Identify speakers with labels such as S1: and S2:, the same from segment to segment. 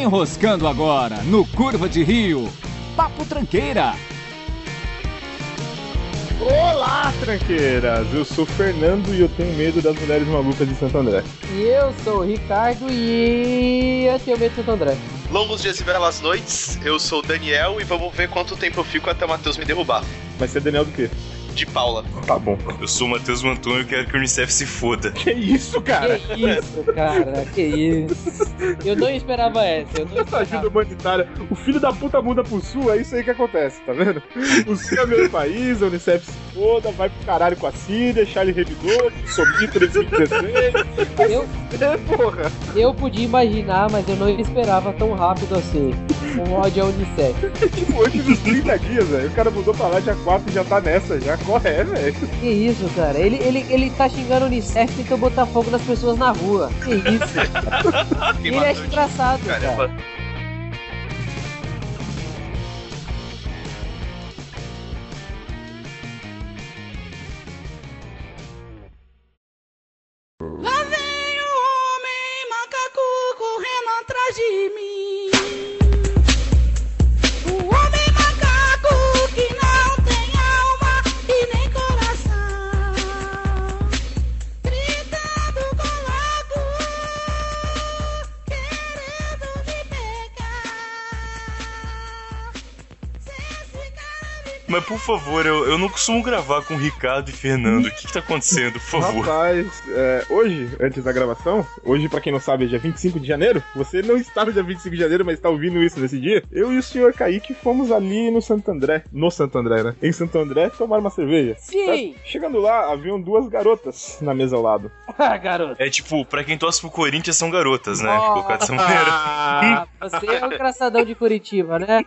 S1: Enroscando agora no Curva de Rio. Papo Tranqueira.
S2: Olá, tranqueiras! Eu sou o Fernando e eu tenho medo das mulheres malucas de Santo André.
S3: E eu sou o Ricardo e eu tenho medo de Santo André.
S4: Longos dias e belas noites, eu sou o Daniel e vamos ver quanto tempo eu fico até o Matheus me derrubar.
S2: Mas você é Daniel do quê?
S4: De Paula.
S2: Tá bom.
S5: Eu sou o Matheus Mantuno e eu quero que o Unicef se foda.
S2: Que isso, cara?
S3: Que isso, cara, que isso. Eu não esperava essa, eu não
S2: Essa ajuda
S3: esperava.
S2: humanitária, o filho da puta muda pro sul, é isso aí que acontece, tá vendo? O sul é meu país, a Unicef se foda, vai pro caralho com a Síria, Charlie Hebdo, Sobito 2016.
S3: Eu,
S2: É, porra!
S3: eu podia imaginar, mas eu não esperava tão rápido assim. Um ódio ao Unicef.
S2: Tipo, antes dos 30 dias, velho. O cara mudou pra lá dia 4 e já tá nessa, já corre, velho.
S3: Que isso, cara? Ele, ele, ele tá xingando o Unicef e tentou botar fogo nas pessoas na rua. Que isso? Ele é engraçado, cara.
S4: Caramba.
S6: Lá vem o homem macaco correndo atrás de mim. O homem macaco que não tem alma e nem coração. Gritando golago, querendo me pegar. Se esse cara me
S5: Mas por favor, eu, eu não costumo gravar com o Ricardo e Fernando. O que, que tá acontecendo, por favor?
S2: Rapaz, é, hoje, antes da gravação, hoje, pra quem não sabe, é dia 25 de janeiro. Você não está no dia 25 de janeiro, mas tá ouvindo isso nesse dia. Eu e o senhor Kaique fomos ali no Santo André. No Santo André, né? Em Santo André, tomar uma cerveja.
S3: Sim!
S2: Chegando lá, haviam duas garotas na mesa ao lado.
S3: Ah, garoto.
S5: É tipo, pra quem torce pro Corinthians são garotas, né?
S3: Nossa.
S5: Colocado dessa maneira.
S3: Ah, você é o engraçadão de Curitiba, né?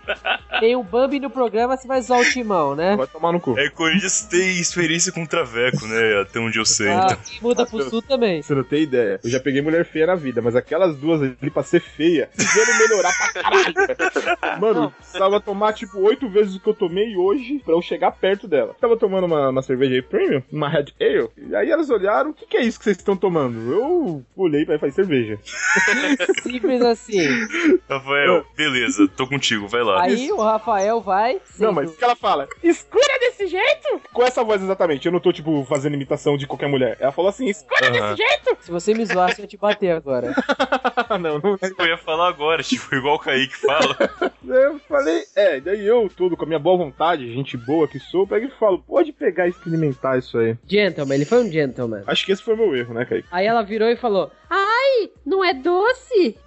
S3: Tem um Bambi no programa, você vai zoar o timão, né?
S2: Vai tomar no cu.
S5: É, Corinthians tem experiência com traveco, né? Até onde eu sei.
S3: Ah,
S5: então.
S3: e muda pro sul também.
S2: Você não tem ideia. Eu já peguei mulher feia na vida, mas aquelas duas ali pra ser feia, fizeram melhorar pra caralho. velho. Mano, precisava tomar tipo oito vezes o que eu tomei hoje pra eu chegar perto dela. Tava tomando uma, uma cerveja aí premium, uma Red Ale, e aí elas olharam: o que, que é isso que vocês estão tomando? Eu olhei pra ela e falei: cerveja.
S3: Simples assim.
S5: Então, Rafael, beleza, tô contigo, vai lá.
S3: Aí o Rafael vai.
S2: Não, mas o que ela fala? Escura desse jeito? Com essa voz exatamente, eu não tô tipo fazendo imitação de qualquer mulher. Ela falou assim: escura
S5: Aham.
S3: Se você me zoasse, eu ia te bater agora.
S2: não, não
S5: Eu ia falar agora, tipo, igual o Kaique fala.
S2: Eu falei, é, daí eu todo com a minha boa vontade, gente boa que sou, pego e falo, pode pegar e experimentar isso aí.
S3: Gentleman, ele foi um gentleman.
S2: Acho que esse foi meu erro, né, Kaique?
S3: Aí ela virou e falou: Ai, não é doce?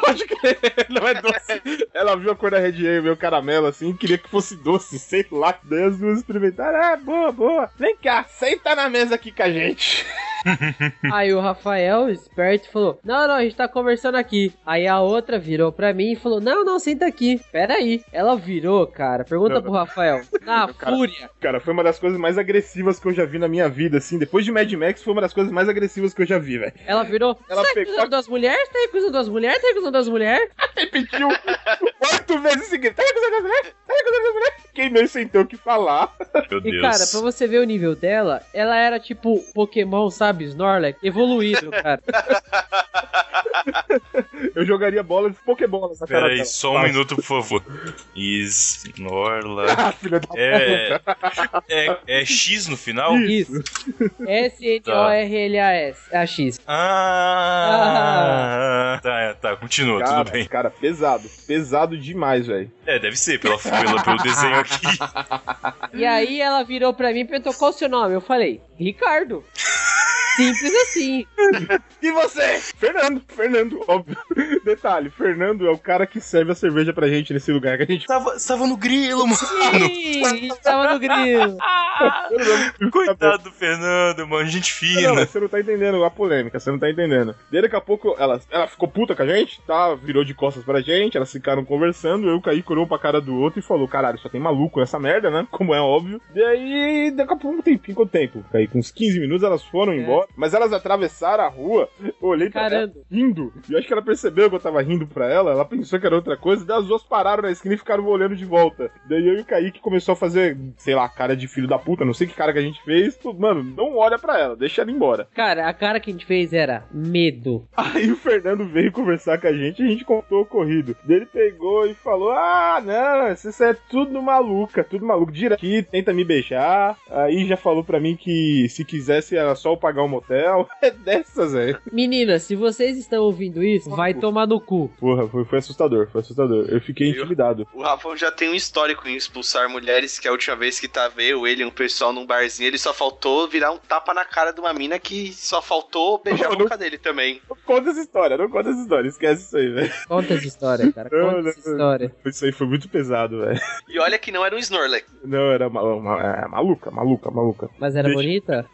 S2: Pode crer, não é doce. Ela viu a cor da Red Ale, meu caramelo, assim, queria que fosse doce, sei lá. Daí as duas experimentaram, ah, boa, boa. Vem cá, senta na mesa aqui com a gente.
S3: Aí o Rafael, esperto, falou: Não, não, a gente tá conversando aqui. Aí a outra virou pra mim e falou: Não, não, senta aqui. Pera aí. Ela virou, cara. Pergunta
S2: Não,
S3: pro Rafael. Na
S2: Cara,
S3: fúria.
S2: Cara, foi uma das coisas mais agressivas que eu já vi na minha vida, assim. Depois de Mad Max, foi uma das coisas mais agressivas que eu já vi, velho.
S3: Ela virou.
S2: Ela
S3: Ela tá
S2: pegou-
S3: recusando duas mulheres? Tá recusando duas mulheres? Tá recusando duas mulheres?
S2: Repetiu oito vezes seguidas. Tá recusando as mulheres? Tá recusando as mulheres? Quem não sentou o que falar.
S5: Meu
S3: E
S5: Deus.
S3: cara, pra você ver o nível dela, ela era tipo Pokémon, sabe? Snorlax, evoluído, cara.
S2: Eu jogaria bola de Pokébola nessa cara
S5: Peraí,
S2: dela.
S5: só um
S2: Fala.
S5: minuto, por favor. Snorla.
S2: Ah, filha da
S5: É, é. É X no final?
S3: Isso. S-N-O-R-L-A-S. A X.
S5: Ah! Tá, tá, continua,
S2: cara,
S5: tudo bem.
S2: cara, pesado. Pesado demais, velho.
S5: É, deve ser, pela, pela- pelo desenho aqui.
S3: E aí ela virou pra mim e perguntou qual o seu nome. Eu falei, Ricardo. Simples assim.
S2: E você? Fernando, Fernando, óbvio. Detalhe, Fernando é o cara que serve a cerveja pra gente nesse lugar que a gente
S5: Tava, tava no grilo, mano.
S3: Ih, a gente tava no grilo.
S5: Coitado do Fernando, mano, gente
S2: Não,
S5: fina.
S2: mas você não tá entendendo a polêmica, você não tá entendendo. Daí daqui a pouco ela, ela ficou puta com a gente, tá? Virou de costas pra gente, elas ficaram conversando, eu caí, olhou pra cara do outro e falou: caralho, só tem maluco nessa merda, né? Como é óbvio. Daí daqui a pouco um tempinho, quanto tempo? Caí com uns 15 minutos, elas foram hora. Mas elas atravessaram a rua, eu olhei pra ela
S3: Caramba.
S2: rindo. E eu acho que ela percebeu que eu tava rindo pra ela, ela pensou que era outra coisa, daí as duas pararam na esquina e ficaram olhando de volta. Daí eu e o Kaique começou a fazer, sei lá, cara de filho da puta, não sei que cara que a gente fez. Pô, Mano, não olha pra ela, deixa ela embora.
S3: Cara, a cara que a gente fez era medo.
S2: Aí o Fernando veio conversar com a gente e a gente contou o ocorrido. Daí Ele pegou e falou: Ah, não, isso é tudo maluca, tudo maluco. Gira aqui, tenta me beijar. Aí já falou pra mim que se quisesse era só eu pagar o motel. É dessas, velho.
S3: Meninas, se vocês estão ouvindo isso, vai tomar no cu.
S2: Porra, foi, foi assustador, foi assustador. Eu fiquei
S4: Eu-
S2: intimidado.
S4: O Rafão já tem um histórico em expulsar mulheres, que é a última vez que tava eu, ele e um pessoal num barzinho, ele só faltou virar um tapa na cara de uma mina que só faltou beijar a
S2: Eu não-
S4: boca dele também.
S2: Não conta essa história, não conta essa história, esquece isso aí, velho.
S3: Conta essa história, cara. Conta essa história.
S2: Isso aí foi muito pesado, velho.
S4: E olha que não era um Snorlax.
S2: Não, era mal- mal- é, maluca, maluca, maluca.
S3: Mas era
S2: Gente,
S3: bonita?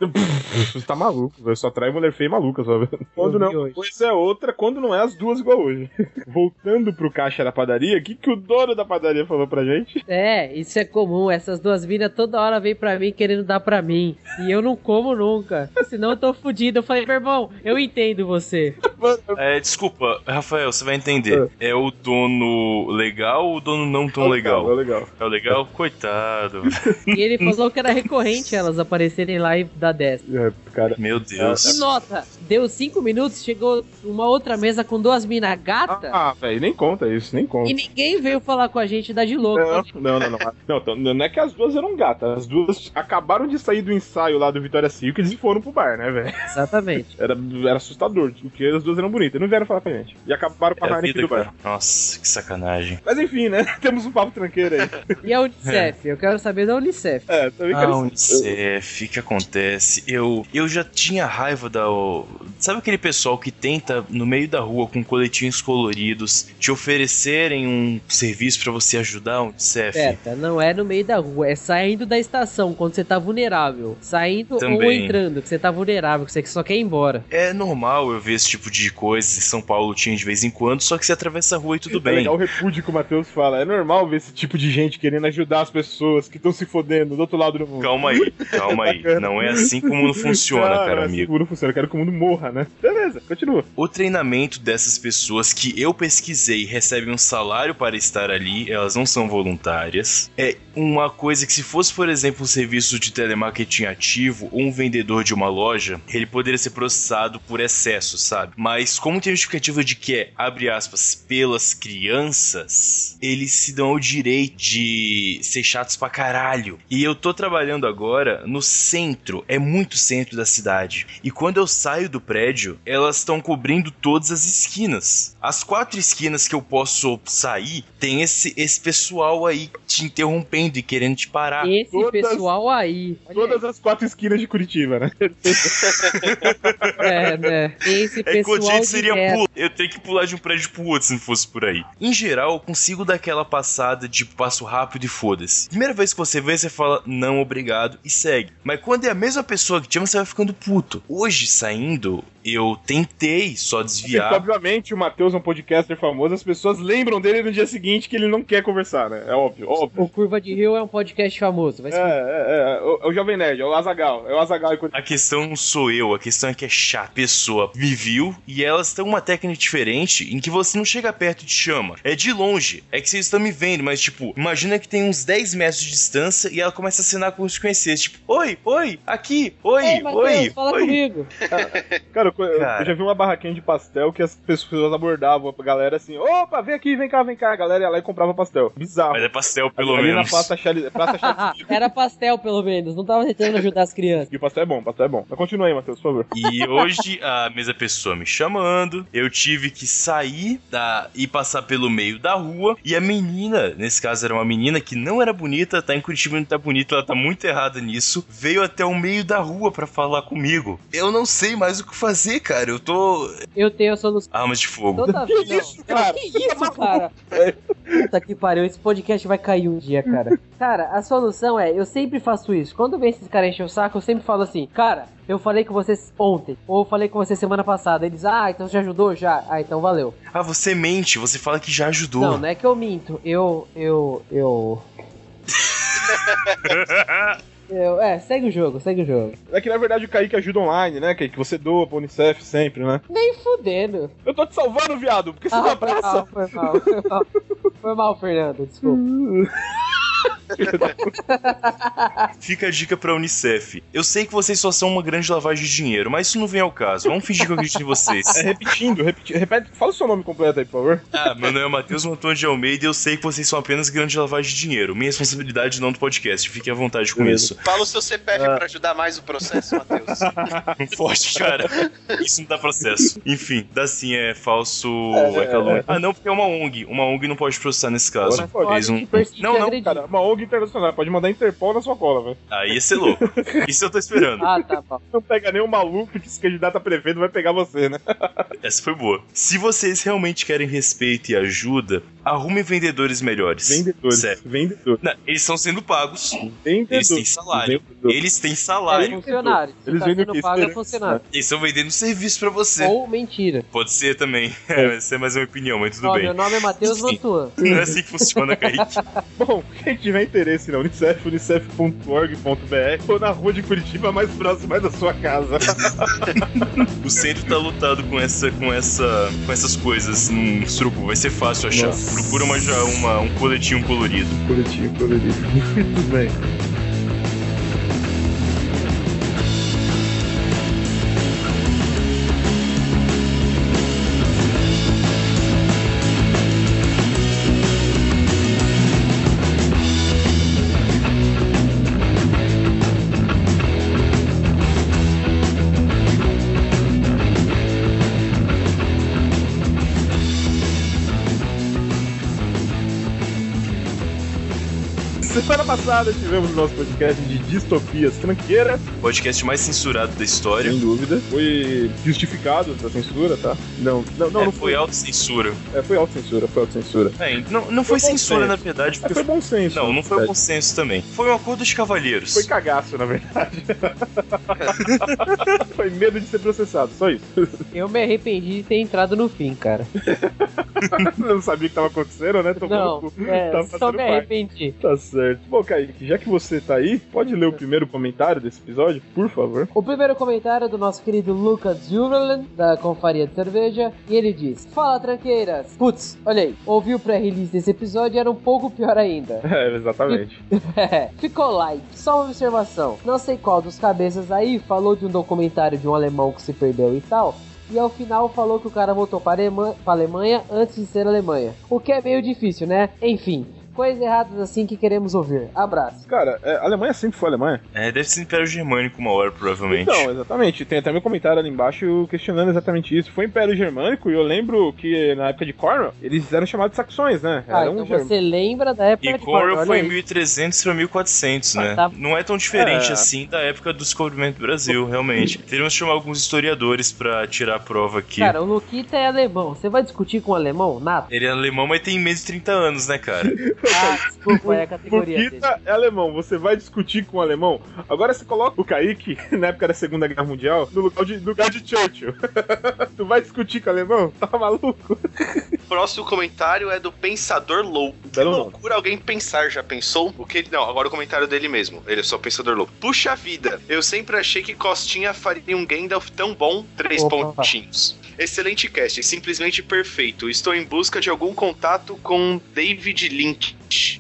S2: Você tá maluco, velho. Só trai mulher feia e maluca, só. Quando
S3: vi
S2: não,
S3: hoje.
S2: coisa é outra, quando não é as duas igual hoje. Voltando pro caixa da padaria, o que, que o dono da padaria falou pra gente?
S3: É, isso é comum. Essas duas minas toda hora vêm pra mim querendo dar pra mim. E eu não como nunca. Senão eu tô fudido. Eu falei, meu irmão, eu entendo você.
S5: É, desculpa, Rafael, você vai entender. É o dono legal ou o dono não tão
S2: Tá,
S5: legal?
S2: legal.
S5: É o legal? Coitado.
S3: E ele falou que era recorrente elas aparecerem lá e dar 10.
S2: É, cara.
S5: Meu Deus.
S3: E nota, deu 5 minutos, chegou uma outra mesa com duas minas gata
S2: Ah, velho, nem conta isso, nem conta.
S3: e ninguém veio falar com a gente da de louco.
S2: Não, não, não, não. Não, então, não é que as duas eram gatas. As duas acabaram de sair do ensaio lá do Vitória Circus e foram pro bar, né, velho?
S3: Exatamente.
S2: Era, era assustador, porque as duas eram bonitas. Não vieram falar pra gente. E acabaram com
S5: É
S2: a
S5: a
S2: Heineken
S5: vida,
S2: do bar.
S5: cara. Nossa, que sacanagem.
S2: Mas enfim, né? Temos um papo tranqueiro aí.
S3: E a Unicef? Eu quero saber da Unicef.
S2: É, também
S5: Ah,
S2: quero
S5: Unicef, o que acontece? Eu, eu já tinha raiva da. o- Sabe aquele pessoal que tenta, no meio da rua, com coletinhos coloridos, te oferecerem um serviço pra você ajudar um a Unicef?
S3: Certa, não é no meio da rua, é saindo da estação quando você tá vulnerável. Saindo ou
S5: Também.
S3: entrando, que você tá vulnerável, que você só quer ir embora.
S5: É normal eu ver esse tipo de coisa, em São Paulo tinha de vez em quando, só que você atravessa a rua e tudo
S2: É
S5: bem.
S2: legal o repúdio que o Matheus fala. É normal ver esse tipo de gente querendo ajudar as pessoas que estão se fodendo do outro lado do mundo.
S5: Calma aí, calma aí. Não é assim que o mundo funciona,
S2: Não, não,
S5: cara,
S2: assim que
S5: amigo.
S2: O mundo funciona. Eu quero que o mundo morra, né? Beleza, continua.
S5: O treinamento dessas pessoas que eu pesquisei recebem um salário para estar ali, elas não são voluntárias. É uma coisa que, se fosse, por exemplo, um serviço de telemarketing ativo ou um vendedor de uma loja, ele poderia ser processado por excesso, sabe? Mas, como tem a justificativa de que é, abre aspas, pelas crianças, eles se dão o direito de ser chatos pra caralho. E eu tô trabalhando agora no centro, é muito centro da cidade. E quando eu saio do prédio, elas estão cobrindo todas as esquinas. As quatro esquinas que eu posso sair, tem esse, esse pessoal aí te interrompendo e querendo te parar.
S3: Esse
S2: todas-
S3: pessoal aí. olha
S2: Todas as quatro esquinas de Curitiba, né?
S3: aí, É, né? Esse
S5: É que o
S3: pessoal.
S5: jeito
S3: De
S5: seria
S3: merda.
S5: pulo. Eu tenho que pular de um prédio pro outro se não fosse por aí. Em geral, eu consigo dar aquela passada de passo rápido e foda-se. Primeira vez que você vê, você fala não, obrigado e segue. Mas quando é a mesma pessoa que te ama, você vai ficando puto. Hoje, saindo, eu tentei só
S2: Porque,
S5: desviar.
S2: obviamente, o Matheus é um podcaster famoso, as pessoas lembram dele no dia seguinte que ele não quer conversar, né? É óbvio, óbvio.
S3: O Curva de Rio é um podcast famoso. Vai
S2: É,
S3: se
S2: é, é, é, o, é o Jovem Nerd, é o Azagal, é o Azagal e
S5: A questão não sou eu, a questão é que é chata. A pessoa me viu e elas têm uma técnica diferente em que você não chega perto e te chama. É de longe. É que vocês estão me vendo, mas tipo, imagina que tem uns 10 metros de distância e ela começa a assinar como se conhecesse. Tipo, oi, oi, aqui, oi,
S3: Ei, Matheus,
S5: oi,
S3: É, fala
S5: oi.
S3: comigo.
S2: Cara, eu- eu,
S5: Cara.
S2: eu já vi uma barraquinha de pastel que as pessoas abordavam a galera assim: opa, vem aqui, vem cá, vem cá. A galera ia lá e comprava pastel. Bizarro.
S5: Mas é pastel, pelo
S2: Ali
S5: menos.
S2: na Praça Charles. Praça Charles
S3: Era pastel, pelo menos. Não tava tentando ajudar as crianças.
S2: e o pastel é bom, o pastel é bom. Mas continua aí, Matheus, por favor.
S5: E hoje a mesma pessoa me chamando, eu tive que sair da e passar pelo meio da rua. E a menina, nesse caso era uma menina que não era bonita, tá em Curitiba e não tá bonita, ela tá muito errada nisso. Veio até o meio da rua pra falar comigo. Eu não sei mais o que fazer, cara. Eu tô
S3: Eu tenho a solução.
S5: armas de fogo.
S3: Toda
S2: Que isso, cara?
S3: Que isso, cara? Puta que pariu, esse podcast vai cair um dia, cara. Cara, a solução é, eu sempre faço isso. Quando vem esses caras encher o saco, eu sempre falo assim, cara, eu falei com vocês ontem, ou eu falei com vocês semana passada. Eles, ah, então você já ajudou? Já. Ah, então valeu.
S5: Ah, você mente, você fala que já ajudou.
S3: Não, né? não é que eu minto. Eu, eu, eu... Eu- é, segue o jogo, segue o jogo.
S2: É que na verdade o Kaique ajuda online, né, Kaique? Você doa pra Unicef sempre, né?
S3: Nem fudendo.
S2: Eu tô te salvando, viado, porque você me
S3: foi
S2: abraça.
S3: mal, foi mal, foi mal. Foi mal, Fernando, desculpa.
S5: Fica a dica pra Unicef. Eu sei que vocês só são uma grande lavagem de dinheiro, mas isso não vem ao caso. Vamos fingir que eu acredito em vocês.
S2: É, repetindo, repetindo. Repete, fala o seu nome completo aí, por favor.
S5: Ah, meu nome é Matheus Montoni de Almeida e eu sei que vocês são apenas grande lavagem de dinheiro. Minha responsabilidade não é do podcast, fiquem à vontade com
S2: Beleza.
S5: isso.
S4: Fala o seu CPF
S3: Ah.
S4: pra ajudar mais o processo, Matheus.
S5: Forte, cara. Isso não dá processo. Enfim, dá sim, é falso. É, calúnia. Ah, não, porque é uma ONG. Uma ONG não pode processar nesse caso.
S2: Mas pode,
S5: Eles não-
S3: te perseguir
S5: um Não,
S3: e
S5: não,
S3: agredir.
S2: Cara, uma ONG internacional, pode mandar Interpol na sua cola, velho.
S5: Aí ia ser louco. Isso eu tô esperando.
S3: Ah, tá bom.
S2: Não pega nem o maluco que se candidata a prefeito, vai pegar você, né?
S5: Essa foi boa. Se vocês realmente querem respeito e ajuda, arrume vendedores melhores.
S2: Vendedores.
S5: Sério.
S2: Vendedor.
S5: Não, eles estão sendo pagos.
S2: Vendedor.
S5: Eles têm salário.
S2: Vendedor.
S5: Eles têm
S3: É
S5: salário.
S3: funcionário. Se
S2: Eles
S3: tá
S2: vendem o
S3: sendo
S2: quê?
S3: pago, é
S2: Esperança,
S3: funcionário.
S5: Eles estão vendendo serviço pra você.
S3: Ou mentira.
S5: Pode ser também. Essa é mais uma opinião, mas tudo
S3: Ó,
S5: bem.
S3: meu nome é Matheus
S5: Sim.
S3: Mantuan.
S5: Não é assim que funciona, Kaique.
S2: Bom, quem tiver interesse na Unicef, unicef.org.br ou na rua de Curitiba mais próxima é da sua casa.
S5: O centro tá lotado com essa, com essa, com essas coisas num surucu. Vai ser fácil achar.
S2: Nossa.
S5: Procura uma, ja- uma- um coletinho colorido.
S2: Curitiba, Curitiba. Muito bem. Semana passada tivemos o nosso podcast de distopias tranqueira,
S5: Podcast mais censurado da história.
S2: sem dúvida. Foi justificado da censura, tá? Não, não, não,
S5: É,
S2: não
S5: foi autocensura.
S2: É, foi autocensura, foi autocensura.
S5: É, não, não foi
S2: Foi bom
S5: censura,
S2: senso.
S5: na verdade,
S2: É,
S5: porque.
S2: foi bom senso.
S5: Não, não foi
S2: na
S5: o
S2: verdade.
S5: consenso também. Foi um acordo de cavalheiros.
S2: Foi cagaço, na verdade. foi medo de ser processado, só isso.
S3: Eu me arrependi de ter entrado no fim, cara.
S2: não sabia o que tava acontecendo, né? Tomou
S3: Não,
S2: no cu.
S3: é,
S2: Tava
S3: só
S2: fazendo
S3: me
S2: parte.
S3: arrependi.
S2: Tá certo. Bom, Kaique, já que você tá aí, pode ler o primeiro comentário desse episódio, por favor?
S3: O primeiro comentário é do nosso querido Lucas Juverland, da Confaria de Cerveja, e ele diz: Fala, tranqueiras! Putz, olha aí, ouvi o pré-release desse episódio e era um pouco pior ainda.
S2: É, exatamente.
S3: Ficou like, só uma observação. Não sei qual dos cabeças aí falou de um documentário de um alemão que se perdeu e tal. E ao final falou que o cara voltou para a Alemanha, Alemanha antes de ser Alemanha. O que é meio difícil, né? Enfim, coisas erradas assim que queremos ouvir. Abraço.
S2: Cara, é, a Alemanha sempre foi a Alemanha?
S5: É, deve ser Império Germânico uma hora, provavelmente.
S2: Então, exatamente. Tem até meu comentário ali embaixo questionando exatamente isso. Foi Império Germânico e eu lembro que na época de Cornwall, eles eram chamados de saxões, né?
S3: Ah,
S2: Eram
S3: então
S2: germ-
S3: você lembra da época
S5: E
S3: de Cornwall,
S5: Cornwall
S3: olha
S5: foi
S3: aí.
S5: 1300 pra 1400, né?
S3: Ah, tá.
S5: Não é tão diferente
S2: É.
S5: assim da época do descobrimento do Brasil, realmente. Teríamos que chamar alguns historiadores pra tirar a prova aqui.
S3: Cara, o Luquita é alemão. Você vai discutir com o alemão? Nada.
S5: Ele é alemão, mas tem menos de 30 anos, né, cara?
S3: Ah, desculpa, é a categoria dele.
S2: Luquita é alemão, você vai discutir com o alemão. Agora você coloca o Kaique, na época da Segunda Guerra Mundial, no lugar de, no lugar de Churchill. tu vai discutir com o alemão? Tá maluco?
S4: Próximo comentário é do Pensador Louco. Que
S2: Belo nome.
S4: loucura alguém pensar, já pensou? O que Não, agora o comentário dele mesmo. Ele é só Pensador Louco. Puxa vida, eu sempre achei que Costinha faria um Gandalf tão bom. Três
S3: Opa.
S4: pontinhos. Excelente cast, simplesmente perfeito. Estou em busca de algum contato com David Lynch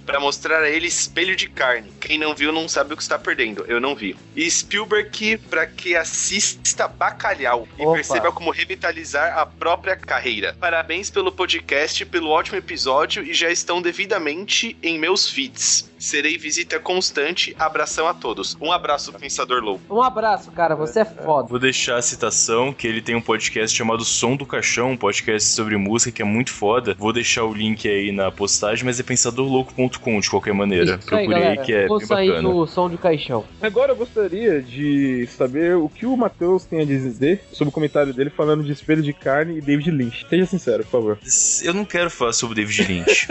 S4: para mostrar a ele Espelho de Carne. Quem não viu não sabe o que está perdendo. Eu não vi. E Spielberg para que assista Bacalhau e
S3: Opa.
S4: perceba como revitalizar a própria carreira. Parabéns pelo podcast, pelo ótimo episódio e já estão devidamente em meus feeds. Serei visita constante. Abração a todos. Um abraço, pensador louco.
S3: Um abraço, cara. Você é foda.
S5: Vou deixar a citação que ele tem um podcast chamado Som do Caixão, um podcast sobre música que é muito foda. Vou deixar o link aí na postagem, mas é pensadorlouco.com de qualquer maneira.
S3: Isso aí,
S5: Procure aí,
S3: galera.
S5: que é bem
S3: Ouça aí
S5: bacana.
S3: no som de caixão.
S2: Agora eu gostaria de saber o que o Matheus tem a dizer sobre o comentário dele falando de espelho de carne e David Lynch. Seja sincero, por favor.
S5: Eu não quero falar sobre o David Lynch.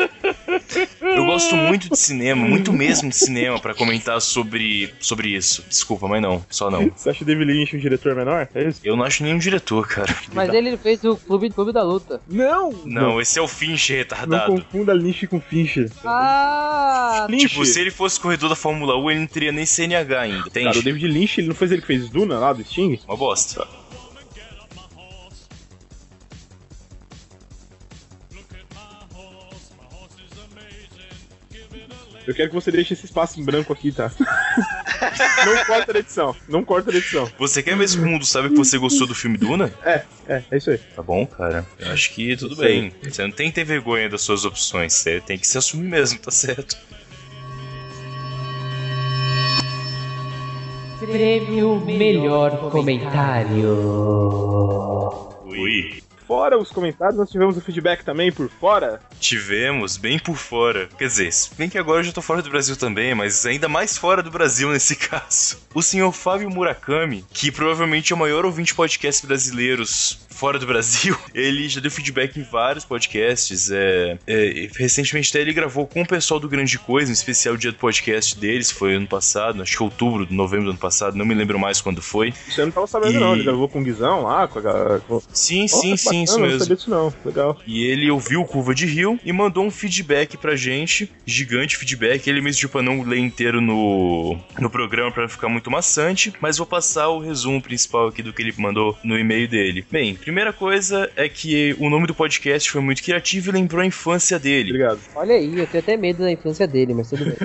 S5: Eu gosto muito de cinema, muito mesmo de cinema, pra comentar sobre, sobre isso. Desculpa, mas não, só não.
S2: Você acha o David Lynch um diretor menor? É isso?
S5: Eu não acho nenhum diretor, cara.
S3: Mas ele fez o Clube, Clube da Luta.
S2: Não!
S5: Não, esse é o Fincher
S2: Não
S5: retardado.
S2: confunda Lynch com Fincher.
S3: Ah!
S2: Lynch.
S5: Tipo, se ele fosse corredor da Fórmula 1, ele não teria nem CNH ainda. Tem
S2: Cara, o David Lynch, ele não foi ele que fez Duna lá do Sting?
S5: uma bosta.
S2: Eu quero que você deixe esse espaço em branco aqui, tá? não corta a edição. Não corta a edição.
S5: Você quer mesmo que o mundo sabe que você gostou do filme Duna?
S2: É, é isso aí.
S5: Tá bom, cara. Eu acho que tudo
S2: Isso
S5: bem. Você não tem que ter vergonha das suas opções. Você tem que se assumir mesmo, tá certo?
S3: Prêmio Melhor Comentário.
S5: Ui.
S2: Fora os comentários, nós tivemos o feedback também por fora.
S5: Tivemos bem por fora. Quer dizer, se bem que agora eu já tô fora do Brasil também, mas ainda mais fora do Brasil nesse caso. O senhor Fábio Murakami, que provavelmente é o maior ouvinte de podcasts brasileiros fora do Brasil, ele já deu feedback em vários podcasts. É, é, recentemente até ele gravou com o pessoal do Grande Coisa, um especial dia do podcast deles, foi ano passado, acho que outubro, novembro do ano passado, não me lembro mais quando foi.
S2: Isso eu não tava sabendo,
S5: E-
S2: não. Ele gravou com o Guizão lá, com a galera. com-
S5: Sim,
S2: Nossa,
S5: sim,
S2: bacana,
S5: sim, isso
S2: eu
S5: mesmo.
S2: Não sabia disso, não. Legal.
S5: E ele ouviu o Curva de Rio e mandou um feedback pra gente, gigante feedback. Ele mesmo, tipo, eu não ler inteiro no, no programa pra não ficar muito maçante, mas vou passar o resumo principal aqui do que ele mandou no e-mail dele. Bem, primeira coisa é que o nome do podcast foi muito criativo e lembrou a infância dele.
S2: Obrigado.
S3: Olha aí, eu tenho até medo da infância dele, mas tudo bem.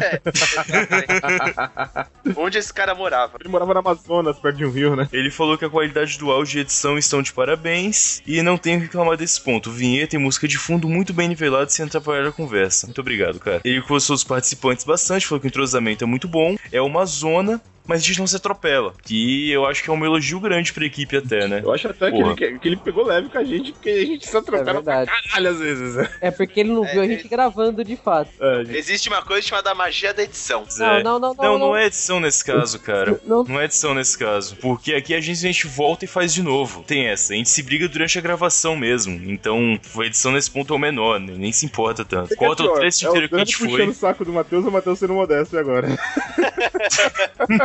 S4: Onde esse cara morava?
S2: Ele morava na Amazonas, perto de um rio, né?
S5: Ele falou que a qualidade do áudio e edição estão de parabéns e não tenho que reclamar desse ponto. Vinheta e música de fundo muito bem nivelado sem atrapalhar a conversa. Muito obrigado, cara. Ele gostou dos participantes bastante, falou que o entrosamento é muito bom, é uma zona, mas a gente não se atropela. Que eu acho que é um elogio grande pra equipe até, né?
S2: Eu acho até que
S5: Porra.
S2: ele, que- que ele pegou leve com a gente, porque a gente se
S3: É
S2: atropela pra
S3: verdade.
S2: caralho às vezes. né?
S3: É porque ele não viu a gente gravando de fato.
S2: É, gente.
S4: Existe uma coisa chamada magia da edição.
S5: Mas
S3: Não,
S5: é-
S3: não, não, não.
S5: Não, não é edição nesse caso, cara.
S3: Não,
S5: Não é edição nesse caso. Porque aqui a gente, a gente volta e faz de novo. Tem essa. A gente se briga durante a gravação mesmo. Então, a edição nesse ponto é o menor, né? nem se importa tanto. Corta o
S2: pior?
S5: trecho
S2: É
S5: inteiro que a
S2: Dani
S5: gente
S2: puxando
S5: foi.
S2: o saco do Matheus, o Matheus sendo modesto agora.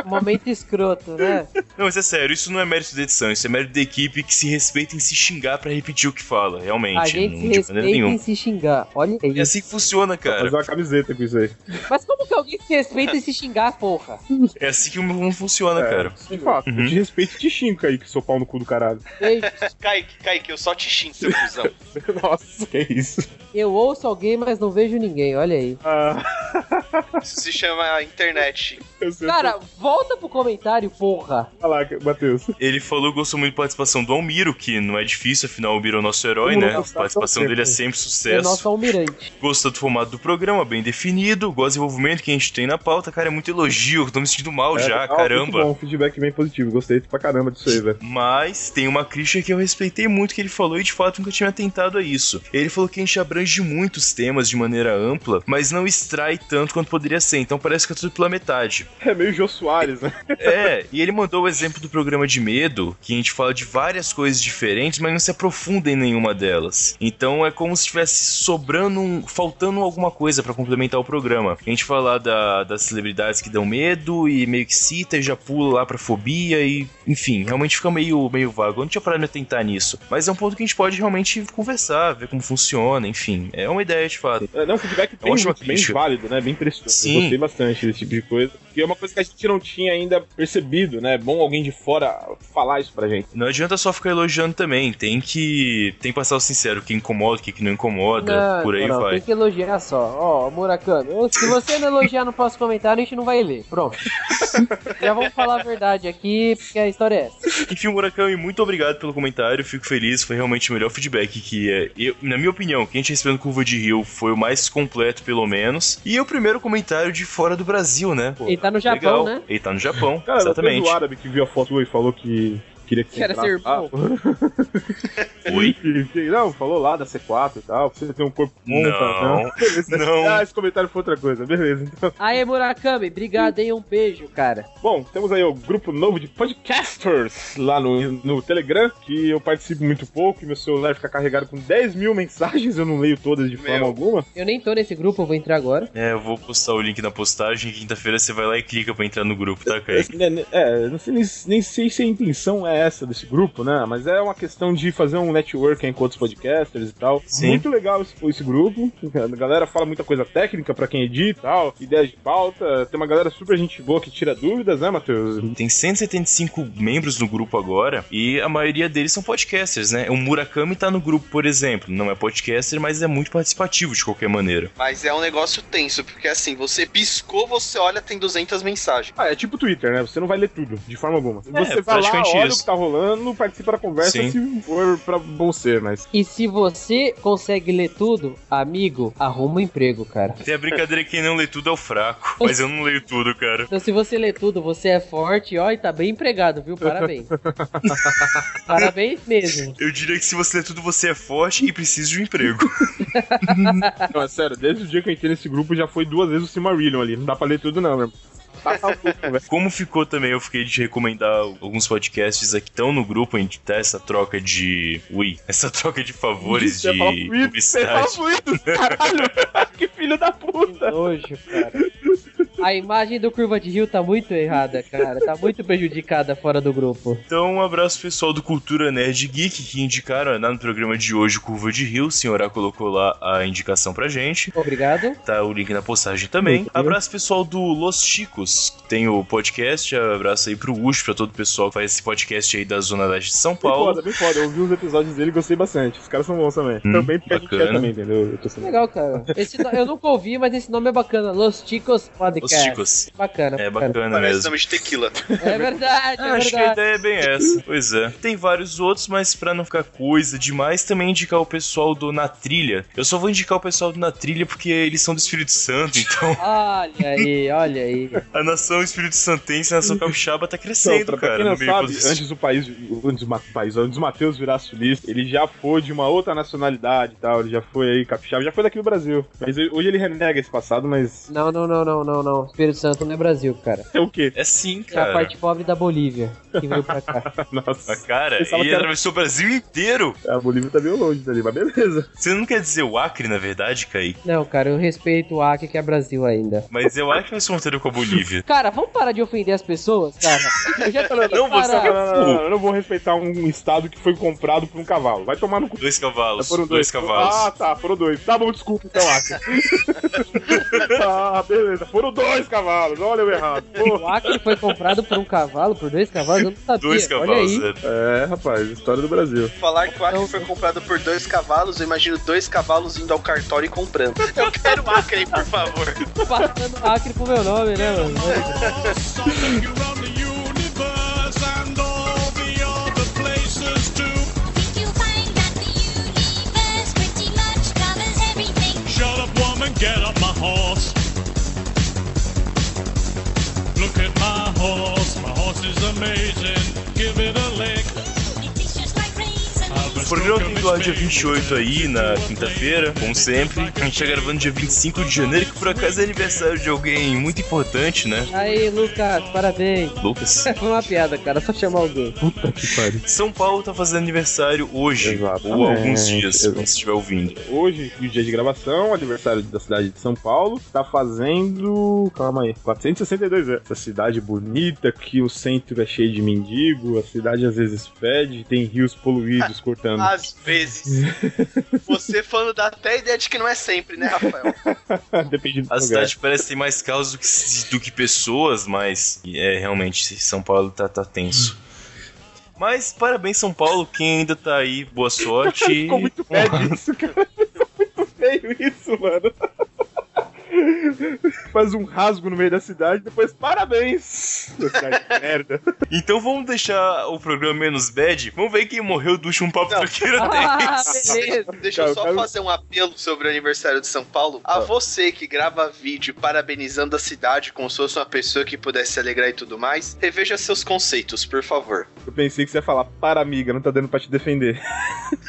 S3: momento escroto, né?
S5: Não, mas é sério, isso não é mérito da edição, isso é mérito da equipe que se respeita em se xingar pra repetir o que fala, realmente.
S3: A gente se
S5: não, de maneira
S3: respeita
S5: nenhuma.
S3: e se xingar. Olha
S5: É
S3: isso.
S5: assim que funciona, cara.
S2: Fazer uma camiseta com isso aí.
S3: Mas como que alguém se respeita e se xingar, porra?
S5: É assim que o mundo funciona,
S2: É,
S5: cara.
S2: De fato,
S5: Uhum.
S2: eu te respeito e te xingo aí, que sou pau no cu do caralho.
S3: Beijo.
S4: Kaique, Kaique, eu só te xingo, seu cuzão.
S2: Nossa, que isso.
S3: Eu ouço alguém, mas não vejo ninguém, olha aí.
S2: Ah,
S4: Isso se chama internet.
S2: eu sei
S3: Cara, volta pro comentário, porra.
S2: falar, Matheus.
S5: Ele falou que gostou muito da participação do Almiro, que não é difícil, afinal o Almiro é o nosso herói,
S2: Como
S5: né?
S2: não
S5: A
S2: gostar,
S5: participação
S2: só
S5: dele é
S2: sempre.
S5: sempre
S3: É o
S5: sucesso.
S3: nosso almirante.
S5: Gosta do formato do programa, bem definido, gosta do envolvimento que a gente tem na pauta, cara, é muito elogio, eu tô me sentindo mal já,
S2: legal,
S5: caramba.
S2: É, muito tá Bom, feedback bem positivo, gostei pra caramba disso aí, velho.
S5: Mas tem uma crítica que eu respeitei muito que ele falou e de fato nunca tinha tentado a isso. Ele falou que a gente abrange muitos temas de maneira ampla, mas não extrai tanto quanto poderia ser, então parece que é tudo pela metade.
S2: É meio Jô Soares, né?
S5: É, e ele mandou o exemplo do programa de medo, que a gente fala de várias coisas diferentes, mas não se aprofunda em nenhuma delas. Então é como se estivesse sobrando, um, faltando alguma coisa pra complementar o programa. A gente fala da, das celebridades que dão medo e meio que cita e já pula lá pra fobia e enfim, realmente fica meio, meio vago. Eu não tinha parado de tentar nisso. Mas é um ponto que a gente pode realmente conversar, ver como funciona, enfim. É uma ideia de fato.
S2: É, Não, feedback bem,
S5: acho uma
S2: muito, bem
S5: crítica.
S2: válido, né? Bem precioso.
S5: um Sim.
S2: Gostei bastante desse tipo de coisa. E é uma coisa que a gente não tinha ainda percebido, né? É bom alguém de fora falar isso pra gente.
S5: Não adianta só ficar elogiando também. Tem que. Tem que passar o sincero, o que incomoda, o que não incomoda, É, por aí
S3: não,
S5: vai.
S3: Tem que elogiar só. Ó, Murakami, eu- se você não elogiar no próximo comentário, a gente não vai ler. Pronto. Já vamos falar a verdade aqui, porque a história é essa.
S5: Enfim, Murakami, muito obrigado pelo comentário. Fico feliz, foi realmente o melhor feedback que é. eu- na minha opinião, quem a gente recebeu no Curva de Rio foi o mais completo, pelo menos. E é o primeiro comentário de fora do Brasil, né? Pô,
S3: Ele tá no Japão,
S5: legal.
S3: né?
S5: Ele tá no Japão,
S2: Cara, até
S5: exatamente.
S2: do árabe que viu a foto sua e falou que Queria que você
S7: Quero ser
S2: entrasse lá.
S5: Oi?
S2: Não, falou lá da C4 e tal, precisa ter um corpo bom,
S5: Não.
S2: tá, tá? Beleza.
S5: Não.
S2: Ah, esse comentário foi outra coisa, beleza. Então,
S3: Aê, Murakami, obrigado, hein? Um beijo, cara.
S2: bom, temos aí o grupo novo de podcasters lá no, no Telegram, que eu participo muito pouco, e meu celular fica carregado com 10 mil mensagens, eu não leio todas de forma
S4: Meu.
S2: alguma.
S3: Eu nem tô nesse grupo, eu vou entrar agora.
S5: É, eu vou postar o link na postagem. Quinta-feira você vai lá e clica pra entrar no grupo, tá, Kaique?
S2: É, eu não sei, nem, nem sei se a intenção é essa desse grupo, né? Mas é uma questão de fazer um networking com outros podcasters e tal.
S5: Sim.
S2: Muito legal esse, esse grupo. A galera fala muita coisa técnica pra quem edita e tal, ideias de pauta. Tem uma galera super gente boa que tira dúvidas, né, Matheus?
S5: Tem 175 membros no grupo agora e a maioria deles são podcasters, né? O Murakami tá no grupo, por exemplo. Não é podcaster, mas é muito participativo de qualquer maneira.
S4: Mas é um negócio tenso, porque assim, você piscou, você olha, tem 200 mensagens.
S2: Ah, é tipo Twitter, né? Você não vai ler tudo, de forma alguma. Você vai lá,
S5: É, praticamente
S2: olha
S5: isso.
S2: o que tá rolando, participa da conversa
S5: Sim.
S2: se for pra bom ser, mas...
S3: E se você consegue ler tudo, amigo, arruma um emprego, cara.
S5: Tem a brincadeira que quem não lê tudo é o fraco, mas eu não leio tudo, cara.
S3: Então, se você lê tudo, você é forte, ó, e tá bem empregado, viu? Parabéns. Parabéns mesmo.
S5: Eu diria que se você lê tudo, você é forte e precisa de um emprego.
S2: Não, é sério, desde o dia que eu entrei nesse grupo já foi duas vezes o Silmarillion ali. Não dá pra ler tudo não, meu irmão. Tá, tá, tá, velho.
S5: Como ficou também, eu fiquei de recomendar alguns podcasts aqui que estão no grupo, a gente tá essa troca de. Ui, essa troca de favores
S2: Você fala
S5: de
S2: fluido, você fala
S5: publicidade.
S2: fluido, caralho! que filho da puta!
S3: Nojo, cara. A imagem do Curva de Rio tá muito errada, cara. Tá muito prejudicada fora do grupo.
S5: Então, um abraço pessoal do Cultura Nerd Geek que indicaram lá no programa de hoje o Curva de Rio. O senhorá colocou lá a indicação pra gente.
S3: Obrigado.
S5: Tá o link na postagem também. Abraço pessoal do Los Chicos, que tem o podcast. Abraço aí pro Ush, pra todo o pessoal que faz esse podcast aí da Zona Leste de São
S2: Bem
S5: Paulo.
S2: foda, bem foda. Eu ouvi os episódios dele e gostei bastante. Os caras são bons também.
S5: Hum,
S2: também porque a gente
S5: bacana.
S2: quer também, entendeu? Eu tô sendo...
S3: Legal, cara. Esse no- Eu nunca ouvi, mas esse nome é bacana. Los Chicos
S5: Los
S3: Podcast.
S5: Chicos.
S3: Bacana.
S5: É bacana
S4: Parece
S5: mesmo.
S4: nome de tequila.
S3: É verdade, é
S5: Acho que a
S3: verdade.
S5: ideia é bem essa. Pois é. Tem vários outros, mas pra não ficar coisa demais, também indicar o pessoal do Na Trilha. Eu só vou indicar o pessoal do Na Trilha porque eles são do Espírito Santo, então
S3: Olha aí, olha aí.
S5: a nação Espírito Santense, a nação capixaba tá
S2: Então,
S5: crescendo,
S2: pra, pra
S5: cara.
S2: quem não
S5: no meio
S2: sabe,
S5: disso.
S2: antes do país, antes do Ma- país, antes do Matheus virar sulista, ele já foi de uma outra nacionalidade e tal, ele já foi aí capixaba, já foi daqui do Brasil. Mas ele- hoje ele renega esse passado, mas
S3: Não, não, não, não, não, não. Espírito Santo não é Brasil, cara.
S2: é o quê?
S5: É sim,
S3: É a
S5: cara.
S3: parte pobre da Bolívia que veio pra cá.
S5: A
S2: Nossa,
S5: cara,
S2: Pensava que
S5: ele
S2: era-
S5: atravessou o Brasil inteiro.
S2: a Bolívia tá meio longe dali, mas beleza.
S5: Você não quer dizer o Acre, na verdade, Kaique?
S3: Não, cara, eu respeito o Acre, que é Brasil ainda.
S5: Mas é o Acre vai se fronteira com a Bolívia.
S3: Cara, vamos parar de ofender as pessoas, cara. Eu já tô
S5: Não, você
S2: Não,
S3: parar.
S2: não, não, não, não, eu não vou respeitar um estado que foi comprado por um cavalo. Vai tomar no cu.
S5: Dois cavalos.
S2: É Foram
S5: Dois,
S2: dois.
S5: cavalos.
S2: Ah, tá, foram dois. Tá bom, desculpa então, Acre. ah, beleza. Foram dois cavalos. Olha eu errado. Pô.
S3: O Acre foi comprado por um cavalo, por dois cavalos, eu não
S2: tá
S3: sabia.
S5: dois
S3: Olha
S5: cavalos,
S3: aí.
S5: é.
S2: É, rapaz, história do Brasil.
S4: Falar que o Acre foi comprado por dois cavalos, eu imagino dois cavalos indo ao cartório e comprando. Eu quero Acre, por favor.
S5: é.
S3: Passando Acre pro meu nome, né, mano?
S8: Think you'll find that the universe pretty much covers everything.
S9: Shut up, woman, get up my horse. Look at my horse, my horse is amazing. Give it a lick.
S8: It is just like raisin.
S9: I've
S5: O programa tem do ar dia 28 aí, na quinta-feira, como sempre. A gente tá gravando dia 25 de janeiro, que por acaso é aniversário de alguém muito importante, né?
S3: Aí, Lucas, parabéns.
S5: Lucas.
S3: Foi uma piada, cara, só chamar alguém.
S5: São Paulo tá fazendo aniversário hoje,
S2: Exatamente.
S5: ou alguns dias,
S2: Exato.
S5: quando você estiver ouvindo.
S2: Hoje, o dia de gravação, aniversário da cidade de São Paulo, tá fazendo. Calma aí, 462 anos. Essa cidade bonita, que o centro é cheio de mendigo, a cidade às vezes fede, tem rios poluídos cortando.
S4: Às vezes. Você falando dá até a ideia de que não é sempre, né, Rafael?
S2: Depende do
S5: A
S2: lugar.
S5: cidade parece ter mais casos do que, do que pessoas, mas é realmente São Paulo tá, tá tenso. Mas parabéns, São Paulo, quem ainda tá aí, boa sorte.
S2: Ficou muito feio isso, cara. Ficou muito feio isso, mano. faz um rasgo no meio da cidade, depois parabéns! Ô, cidade de merda.
S5: Então vamos deixar o programa menos bad. Vamos ver quem morreu do último papo
S4: Não.
S5: tranqueira
S3: Ah,
S5: 10.
S3: beleza.
S4: Deixa
S2: Cara,
S4: eu só
S2: cara-
S4: fazer um apelo sobre o aniversário de São Paulo. A
S2: Ah.
S4: você que grava vídeo parabenizando a cidade como se fosse uma pessoa que pudesse se alegrar e tudo mais, reveja seus conceitos, por favor.
S2: Eu pensei que você ia falar, para amiga, não tá dando pra te defender.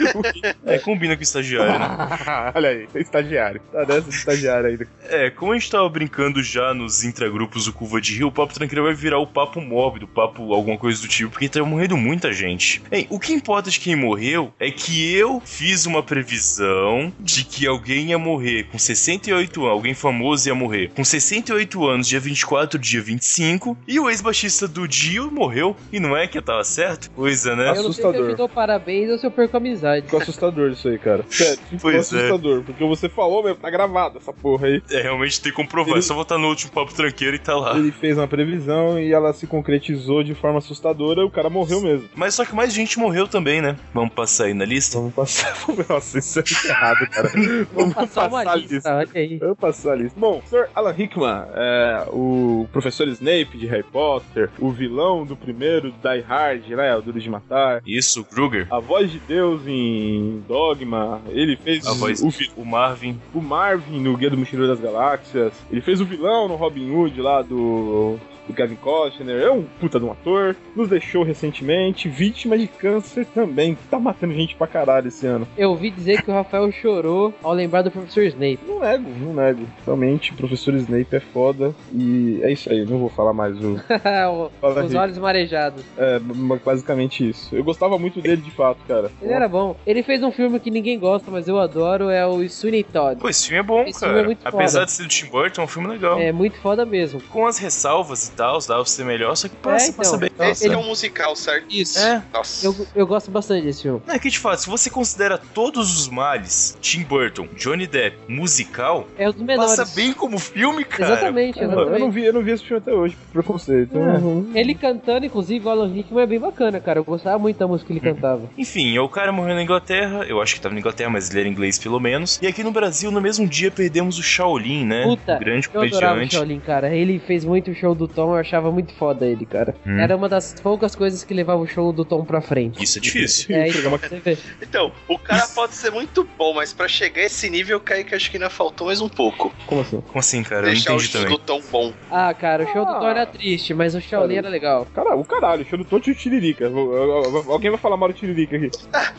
S5: É, combina com o estagiário, né?
S2: Olha aí, é estagiário. Tá dessa de estagiário ainda.
S5: É, como a gente tava brincando já nos intragrupos do Curva de Rio, o Papo Tranqueira vai virar o Papo Mórbido, o Papo alguma coisa do tipo, porque tá morrendo muita gente. Bem, o que importa de quem morreu é que eu fiz uma previsão de que alguém ia morrer com 68 anos, alguém famoso ia morrer com 68 anos, dia 24, dia 25, e o ex-baixista do Dio morreu, e não é que eu tava certo? Coisa, né?
S3: Eu não sei se eu
S2: assustador.
S3: te dou parabéns ou se eu perco a amizade.
S2: Ficou assustador isso aí, cara. Sério, ficou
S5: Pois é.
S2: assustador, porque você falou mesmo, tá gravado essa porra aí.
S5: É, realmente tem que comprovar, é só voltar no último Papo Tranqueira e tá lá.
S2: Ele fez uma previsão e ela se concretizou de forma assustadora e o cara morreu mesmo.
S5: Mas só que mais gente morreu também, né? Vamos passar aí na lista?
S2: Vamos passar. Nossa, isso é muito errado, cara. Vamos
S3: Passar uma
S2: a lista.
S3: lista, olha aí.
S2: Eu passo a lista. Bom, Sr. Alan Rickman, é, o professor Snape de Harry Potter, o vilão do primeiro Die Hard, né? O Duro de Matar.
S5: Isso, Kruger,
S2: A voz de Deus em Dogma. Ele fez
S5: A voz-
S2: o, vi-
S5: o Marvin.
S2: o Marvin no Guia do Mochileiro das Galáxias. Ele fez o vilão no Robin Hood lá do. do Kevin Costner é um puta de um ator, nos deixou recentemente, vítima de câncer também, tá matando gente pra caralho esse ano.
S3: Eu ouvi dizer que o Rafael chorou ao lembrar do professor Snape.
S2: Não nego, não nego. Realmente, o professor Snape é foda. E é isso aí, não vou falar mais o.
S3: O-
S2: Fala
S3: Os
S2: aí.
S3: olhos marejados.
S2: É, b- basicamente isso. Eu gostava muito dele de fato, cara.
S3: Ele era bom. Ele fez um filme que ninguém gosta, mas eu adoro, é o Sweeney Todd.
S5: Pô, esse filme é bom,
S3: Esse
S5: cara.
S3: filme é muito
S5: Apesar
S3: foda.
S5: de ser do Tim Burton, é um filme legal.
S3: É muito foda mesmo.
S5: Com as ressalvas e tal, dá pra ser melhor, só que passa,
S3: então.
S5: passa bem.
S4: Esse é um musical, certo?
S5: Isso. É.
S4: Nossa.
S3: Eu, eu gosto bastante desse filme.
S5: Não, é que de fato, se você considera todos os males, Tim Burton, Johnny Depp, musical,
S3: É um dos menores.
S5: passa bem como filme, cara.
S3: Exatamente,
S5: Porra.
S2: Eu não
S3: exatamente.
S2: vi, eu não vi esse filme até hoje, por preconceito. Eu não-
S3: Ele cantando, inclusive, o Alan Rickman é bem bacana, cara. Eu gostava muito da música que ele
S2: Uhum.
S3: cantava.
S5: Enfim, é o cara morreu na Inglaterra, eu acho que tava na Inglaterra, mas ele era inglês pelo menos. E aqui no Brasil, no mesmo dia, perdemos o Shaolin, né?
S3: Puta,
S5: o grande
S3: Eu adorava o
S5: comediante.
S3: Shaolin, cara. Ele fez muito o show do Tom, eu achava muito foda ele, cara.
S2: Uhum.
S5: Hum.
S3: Era uma das poucas coisas que levava o show do Tom pra frente.
S5: Isso é difícil.
S3: É, então, você vê.
S4: Então, o cara pode ser muito bom, mas pra chegar a esse nível, Kaique, acho que ainda faltou mais um pouco.
S2: Como assim?
S5: Como assim, cara?
S4: Deixar
S5: eu
S4: o
S5: não entendi também.
S4: Chico tão bom.
S3: Ah, cara, o show do
S2: Ah.
S3: Tom era triste, mas o Shaolin
S2: Cara,
S3: era legal.
S2: Cara, o caralho, show do Tonto e o Tiririca. Vou- eu- eu- Alguém vai falar mal do Tiririca aqui.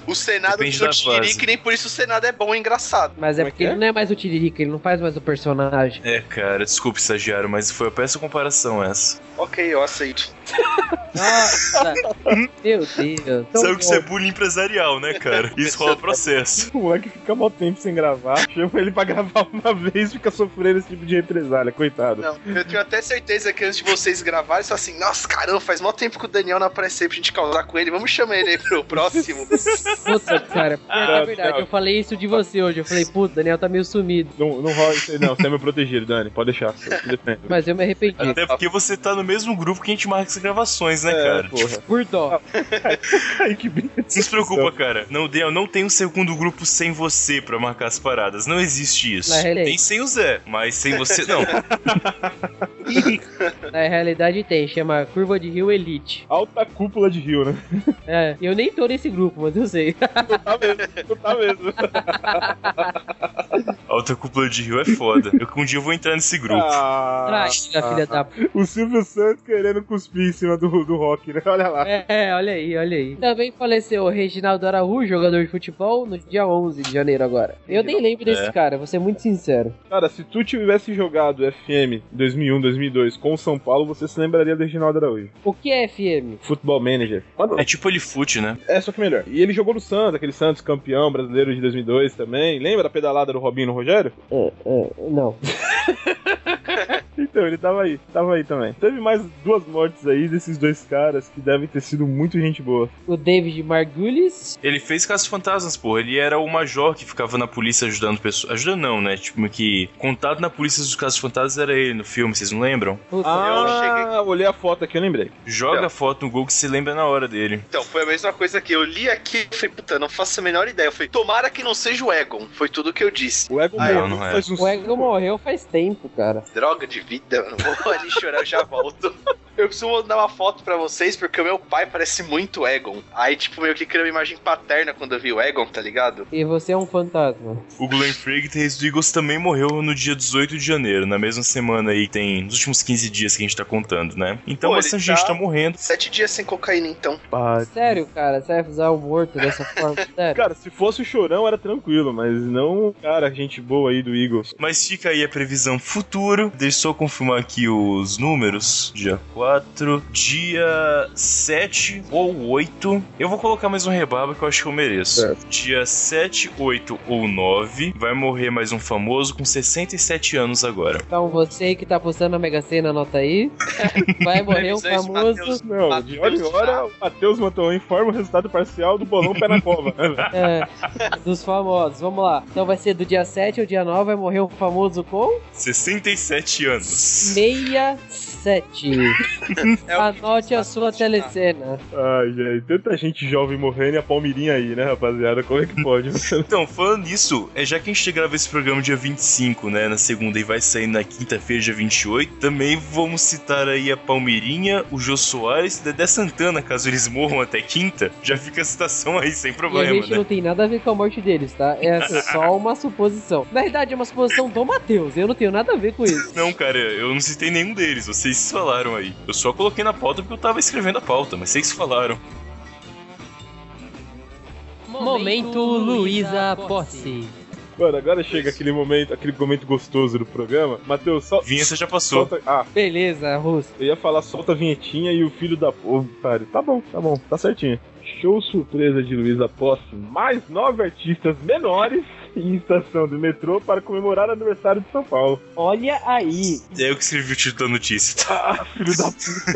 S4: O Senado
S5: Depende
S4: do
S5: da
S4: Tiriri,
S5: fase.
S4: que nem por isso o Senado é bom e engraçado.
S3: Mas é
S2: Como é
S3: porque
S2: que é?
S3: ele não é mais o Tiririca, ele não faz mais o personagem.
S5: É, cara, desculpa, estagiário, mas foi a péssima comparação essa.
S4: Ok, eu aceito.
S3: Nossa! Meu Deus. tão
S5: Sabe que isso é
S3: Então bom.
S5: bullying empresarial, né, cara? Isso rola processo.
S2: O moleque fica mal tempo sem gravar, chama ele pra gravar uma vez fica sofrendo esse tipo de represália, coitado.
S4: Não, eu tenho até certeza que antes de vocês gravarem, só assim, nossa, caramba, faz mó tempo que o Daniel não apareceu pra gente causar com ele, vamos chamar ele aí pro próximo.
S3: Puta, cara. Porque
S2: Não,
S3: é verdade,
S2: não.
S3: eu falei isso de você hoje. Eu falei, puta, Daniel tá meio sumido.
S2: Não, não rola isso aí, não. Você é meu protegido, Dani. Pode deixar. Eu te defendo.
S3: Mas eu me arrependi.
S5: Até porque você tá no mesmo grupo que a gente marca essas gravações, né,
S2: É,
S5: cara?
S2: porra.
S3: Por dó.
S2: Ah. Ai, que bicho.
S5: Não se preocupa, cara. Não, Daniel, não tem um segundo grupo sem você pra marcar as paradas. Não existe isso.
S3: Na realidade.
S5: Tem sem o Zé, mas sem você não.
S3: Na realidade tem, chama Curva de Rio Elite.
S2: Alta cúpula de rio, né?
S3: É, eu nem tô nesse grupo, mas eu sei.
S2: Tá mesmo, não tá mesmo.
S5: Alta cúpula de Rio é foda. Eu que um dia eu vou entrar nesse grupo.
S2: Ah,
S3: Traíra, filha da p.
S2: O Silvio Santos querendo cuspir em cima do, do rock, né? Olha lá.
S3: É, olha aí, olha aí. Também faleceu o Reginaldo Araújo, jogador de futebol, no dia 11 de janeiro agora. Eu nem lembro
S2: É.
S3: desse cara, vou ser muito sincero.
S2: Cara, se tu tivesse jogado FM 2001, 2002 com o São Paulo, você se lembraria do Reginaldo Araújo.
S3: O que é FM?
S2: Futebol Manager.
S5: É tipo ele fute, né?
S2: É, só que melhor. E ele jogou no Santos, aquele Santos campeão brasileiro de 2002 também. Lembra da pedalada do Robinho no Rogério?
S3: É, é, não.
S2: Então Então, ele tava aí, tava aí também. Teve mais duas mortes aí desses dois caras que devem ter sido muito gente boa.
S3: O David Margulis.
S5: Ele fez Caça Fantasmas, pô. Ele era o major que ficava na polícia ajudando pessoas. Ajudando não, né? Tipo, meio que contato na polícia dos Caça Fantasmas era ele no filme, vocês não lembram?
S3: Puta,
S2: Ah, eu olhei a foto aqui, eu lembrei.
S5: Joga
S4: Não.
S5: a foto no Google que se lembra na hora dele.
S4: Então, foi a mesma coisa que eu li aqui e falei, puta, não faço a menor ideia. Eu falei, tomara que não seja o Egon. Foi tudo que eu disse.
S2: O Ego
S5: Ah,
S2: morreu
S5: não, não é.
S2: faz uns
S3: o Ego
S2: cinco-
S3: morreu faz tempo, cara.
S4: Droga de vida, eu não vou ali chorar, eu já volto. Eu preciso mandar uma foto pra vocês, porque o meu pai parece muito Egon. Aí, tipo, meio que criou uma imagem paterna quando eu vi o Egon, tá ligado?
S3: E você é um fantasma.
S5: O Glenn Frigg do Eagles também morreu no dia 18 de janeiro, na mesma semana aí que tem nos últimos 15 dias que a gente tá contando, né? Então
S4: Pô, ele
S5: bastante
S4: tá-
S5: gente tá morrendo.
S4: Sete dias sem cocaína, então.
S2: Ah,
S3: Sério, cara, você vai usar o morto dessa forma? Sério?
S2: Cara, se fosse o Chorão era tranquilo, mas não, cara, gente boa aí do Eagles.
S5: Mas fica aí a previsão futuro. Deixa eu só confirmar aqui os números. Dia 4, dia 7 ou 8. Eu vou colocar mais um rebarba que eu acho que eu mereço.
S2: Certo.
S5: Dia 7, 8 ou 9 vai morrer mais um famoso com 67 anos agora.
S3: Então você que tá postando a Mega Sena, anota aí. Vai morrer um
S4: Previsões, Matheus.
S3: famoso.
S2: Não, de hora em hora, o Matheus Manton informa o resultado parcial do bolão pé na cova. né, velho?
S3: é, dos famosos. Vamos lá. Então vai ser do dia 7 ao dia 9, vai morrer um famoso com
S5: 67 anos.
S3: 67.
S4: É o que
S3: Anote a
S4: faz
S3: sua
S4: funcionar.
S3: telecena.
S2: Ai, gente, tanta gente jovem morrendo e a Palmirinha aí, né, rapaziada? Como é que pode?
S5: Então, falando nisso, é já que a gente grava esse programa dia 25, né, na segunda e vai sair na quinta-feira, dia 28, também vamos citar aí a Palmeirinha, o Jô Soares e o Dedé Santana, caso eles morram até quinta, já fica a citação aí sem
S3: E a
S5: problema,
S3: gente
S5: né?
S3: não tem nada a ver com a morte deles, tá? É só uma suposição. Na verdade, é uma suposição do Matheus. Eu não tenho nada a ver com isso.
S5: Não, cara, eu não citei nenhum deles, vocês falaram aí. Eu só coloquei na pauta porque eu tava escrevendo a pauta, mas vocês falaram.
S3: Momento Luísa Posse.
S2: Mano, agora chega aquele momento, aquele momento gostoso do programa. Matheus, sol-
S5: Vinheta já passou.
S2: solta. Ah,
S3: Beleza, Russo.
S2: eu ia falar solta a vinhetinha e o filho da. Ô, cara, tá bom, tá bom, tá certinho. Show surpresa de Luísa Posse, mais nove artistas menores em estação do metrô para comemorar o aniversário de São Paulo.
S3: Olha aí.
S5: É eu que escrevi o título da notícia, tá?
S2: Ah, filho da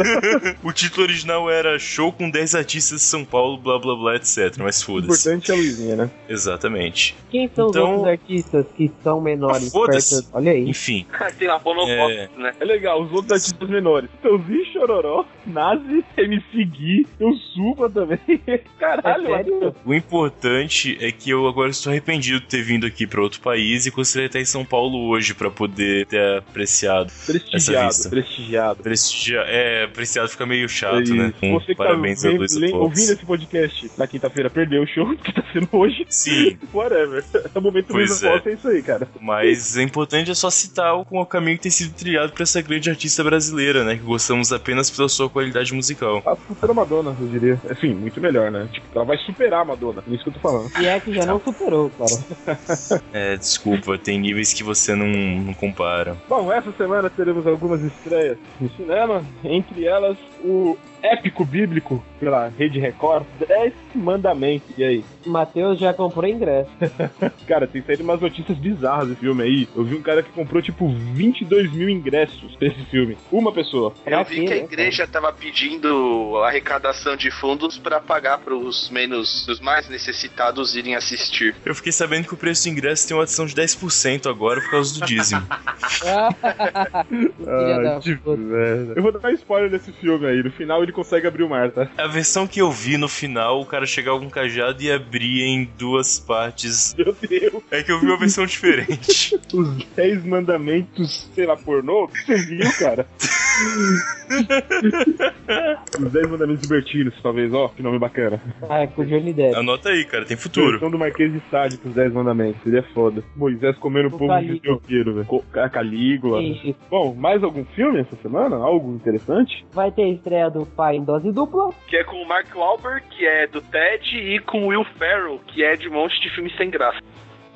S5: O título original era Show com 10 artistas de São Paulo, blá blá blá, etc. Mas foda-se.
S2: importante é a Luizinha, né?
S5: Exatamente.
S3: Quem são
S5: Então-
S3: os outros artistas que são menores
S5: Ah, foda-se.
S3: perto? Olha aí.
S5: Enfim.
S4: Tem uma
S5: É,
S4: bonofóbica, né?
S2: É legal, os outros artistas menores. Então, Zi Chororó, Nazi, MC Gui, eu Supa também. Caralho,
S3: É sério?
S2: Matheus.
S5: O importante é que eu agora estou arrependido de ter vindo aqui para outro país e gostaria de estar em São Paulo hoje para poder ter apreciado. Essa
S2: prestigiado,
S5: vista.
S2: prestigiado.
S5: Prestigia... É, apreciado fica meio
S2: É
S5: chato,
S2: isso.
S5: né? Um,
S2: Você que
S5: parabéns
S2: tá
S5: a
S2: vendo-
S5: Luísa
S2: le-
S5: Fox.
S2: ouvindo esse podcast na quinta-feira, perdeu o show que tá sendo hoje.
S5: Sim,
S2: Whatever. É o momento
S5: Pois
S2: Luísa
S5: é.
S2: Fox, é isso aí, cara.
S5: mas é importante é só citar o, o caminho que tem sido trilhado para essa grande artista brasileira, né? Que gostamos apenas pela sua qualidade musical.
S2: A futura Tá Madonna, eu diria. Assim, muito melhor, né? Tipo, ela vai superar a Madonna. É isso que eu tô falando.
S3: E é que já não superou, cara.
S5: É, desculpa, tem níveis que você não, não compara.
S2: Bom, essa semana teremos algumas estreias no cinema, entre elas o épico bíblico pela Rede Record, 10 Mandamentos. E aí?
S3: Matheus já comprou ingresso.
S2: Cara, tem saído umas notícias bizarras desse filme aí. Eu vi um cara que comprou, tipo, 22 mil ingressos pra esse filme. Uma pessoa.
S4: Eu vi
S3: né?
S4: que a igreja tava pedindo arrecadação de fundos pra pagar pros menos, os mais necessitados irem assistir.
S5: Eu fiquei sabendo que o preço do ingresso tem uma adição de 10% agora por causa do dízimo.
S3: Filha da puta.
S2: Eu vou dar um spoiler desse filme aí. No final ele consegue abrir o mar, tá?
S5: A versão que eu vi no final, o cara chegava com um cajado e abria em duas partes.
S2: Meu Deus.
S5: É que eu vi uma versão diferente.
S2: Os 10 mandamentos, sei lá, pornô? que Você viu, cara? Os 10 mandamentos libertinos, talvez. Ó, que nome bacana.
S3: Ah, com o Johnny Depp.
S5: Anota aí, cara, tem futuro.
S2: Versão do Marquês de Sade com os 10 mandamentos. Ele é foda. Moisés comendo o
S3: O
S2: povo de
S3: Calígula.
S2: Teofiro, velho. Co- a Calígula.
S3: Gente,
S2: Bom, mais algum filme essa semana? Algo interessante?
S3: vai ter estreia do pai em dose dupla.
S4: Que é com o Mark Wahlberg, que é do TED, e com o Will Ferrell, que é de um monte de filme sem graça.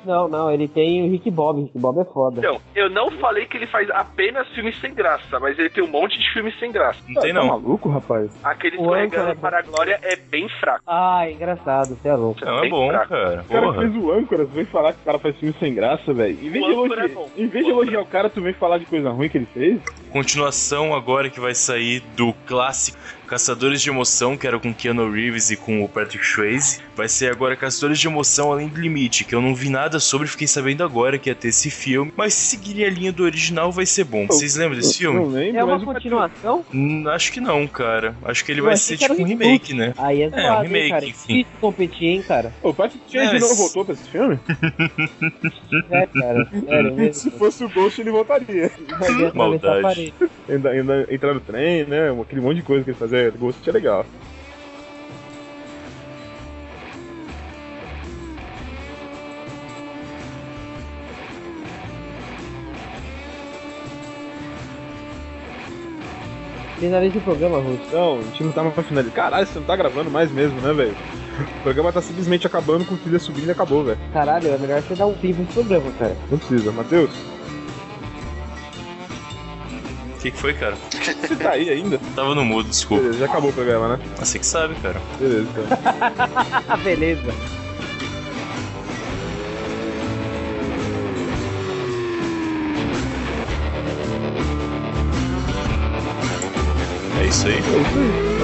S3: Não, não, ele tem o Rick Bob. Rick Bob é foda.
S7: Então, eu não falei que ele faz apenas filmes sem graça, mas ele tem um monte de filmes sem graça.
S5: Não tem
S2: Tá
S5: não.
S2: maluco, rapaz?
S7: Aquele
S3: O
S7: escorregando
S3: Âncora.
S7: para a glória é bem fraco.
S3: Ah, engraçado, você é louco.
S5: Não, é
S7: Bem
S5: bom,
S7: fraco.
S5: cara.
S2: O cara que
S5: Porra.
S2: fez o âncora, tu vem falar que o cara faz filme sem graça, velho. Em vez,
S7: O
S2: de
S7: âncora
S2: elogiar,
S7: é bom.
S2: em vez
S7: O
S2: de
S7: âncora.
S2: elogiar o cara, tu vem falar de coisa ruim que ele fez?
S5: Continuação agora que vai sair do clássico Caçadores de Emoção, que era com Keanu Reeves e com o Patrick Swayze. Vai ser agora Caçadores de Emoção Além do Limite, que eu não vi nada sobre, fiquei sabendo agora que ia ter esse filme. Mas se seguir a linha do original vai ser bom. Vocês lembram desse
S2: Eu
S5: filme?
S2: Não lembro,
S3: É uma
S2: mas o Patrick-
S3: continuação?
S5: Hum, Acho que não, cara. Acho que ele
S3: Eu
S5: vai
S3: achei
S5: ser
S3: que era
S5: tipo um
S3: um
S5: remake, né?
S3: Aí é
S5: um
S3: zoado,
S5: remake,
S3: hein, cara?
S5: enfim.
S3: Difícil competir, hein, cara?
S2: O Patrick Chase
S5: É,
S2: não
S5: mas-
S2: voltou pra esse filme?
S3: É, cara. Sério
S2: Se
S3: mesmo.
S2: fosse o Ghost, ele voltaria.
S3: Vai atravessar a
S5: Maldade.
S3: parede.
S2: Ainda, ainda entrar no trem, né? Aquele monte de coisa que ele fazia. Ghost é legal.
S3: Finaliza o programa, Russo.
S2: Não, a gente não tá mais pra finalizar. Caralho, você não tá gravando mais mesmo, né, velho? O programa tá simplesmente acabando com trilha subindo e acabou, velho.
S3: Caralho, é melhor você dar um fim pro programa, cara.
S2: Não precisa. Matheus,
S5: O que, que foi, cara?
S2: você tá aí ainda?
S5: Tava no mudo, desculpa.
S2: Beleza, já acabou o programa, né?
S5: Você que sabe, cara.
S2: Beleza, então.
S3: Ah, beleza.
S5: É isso aí.
S2: É isso aí.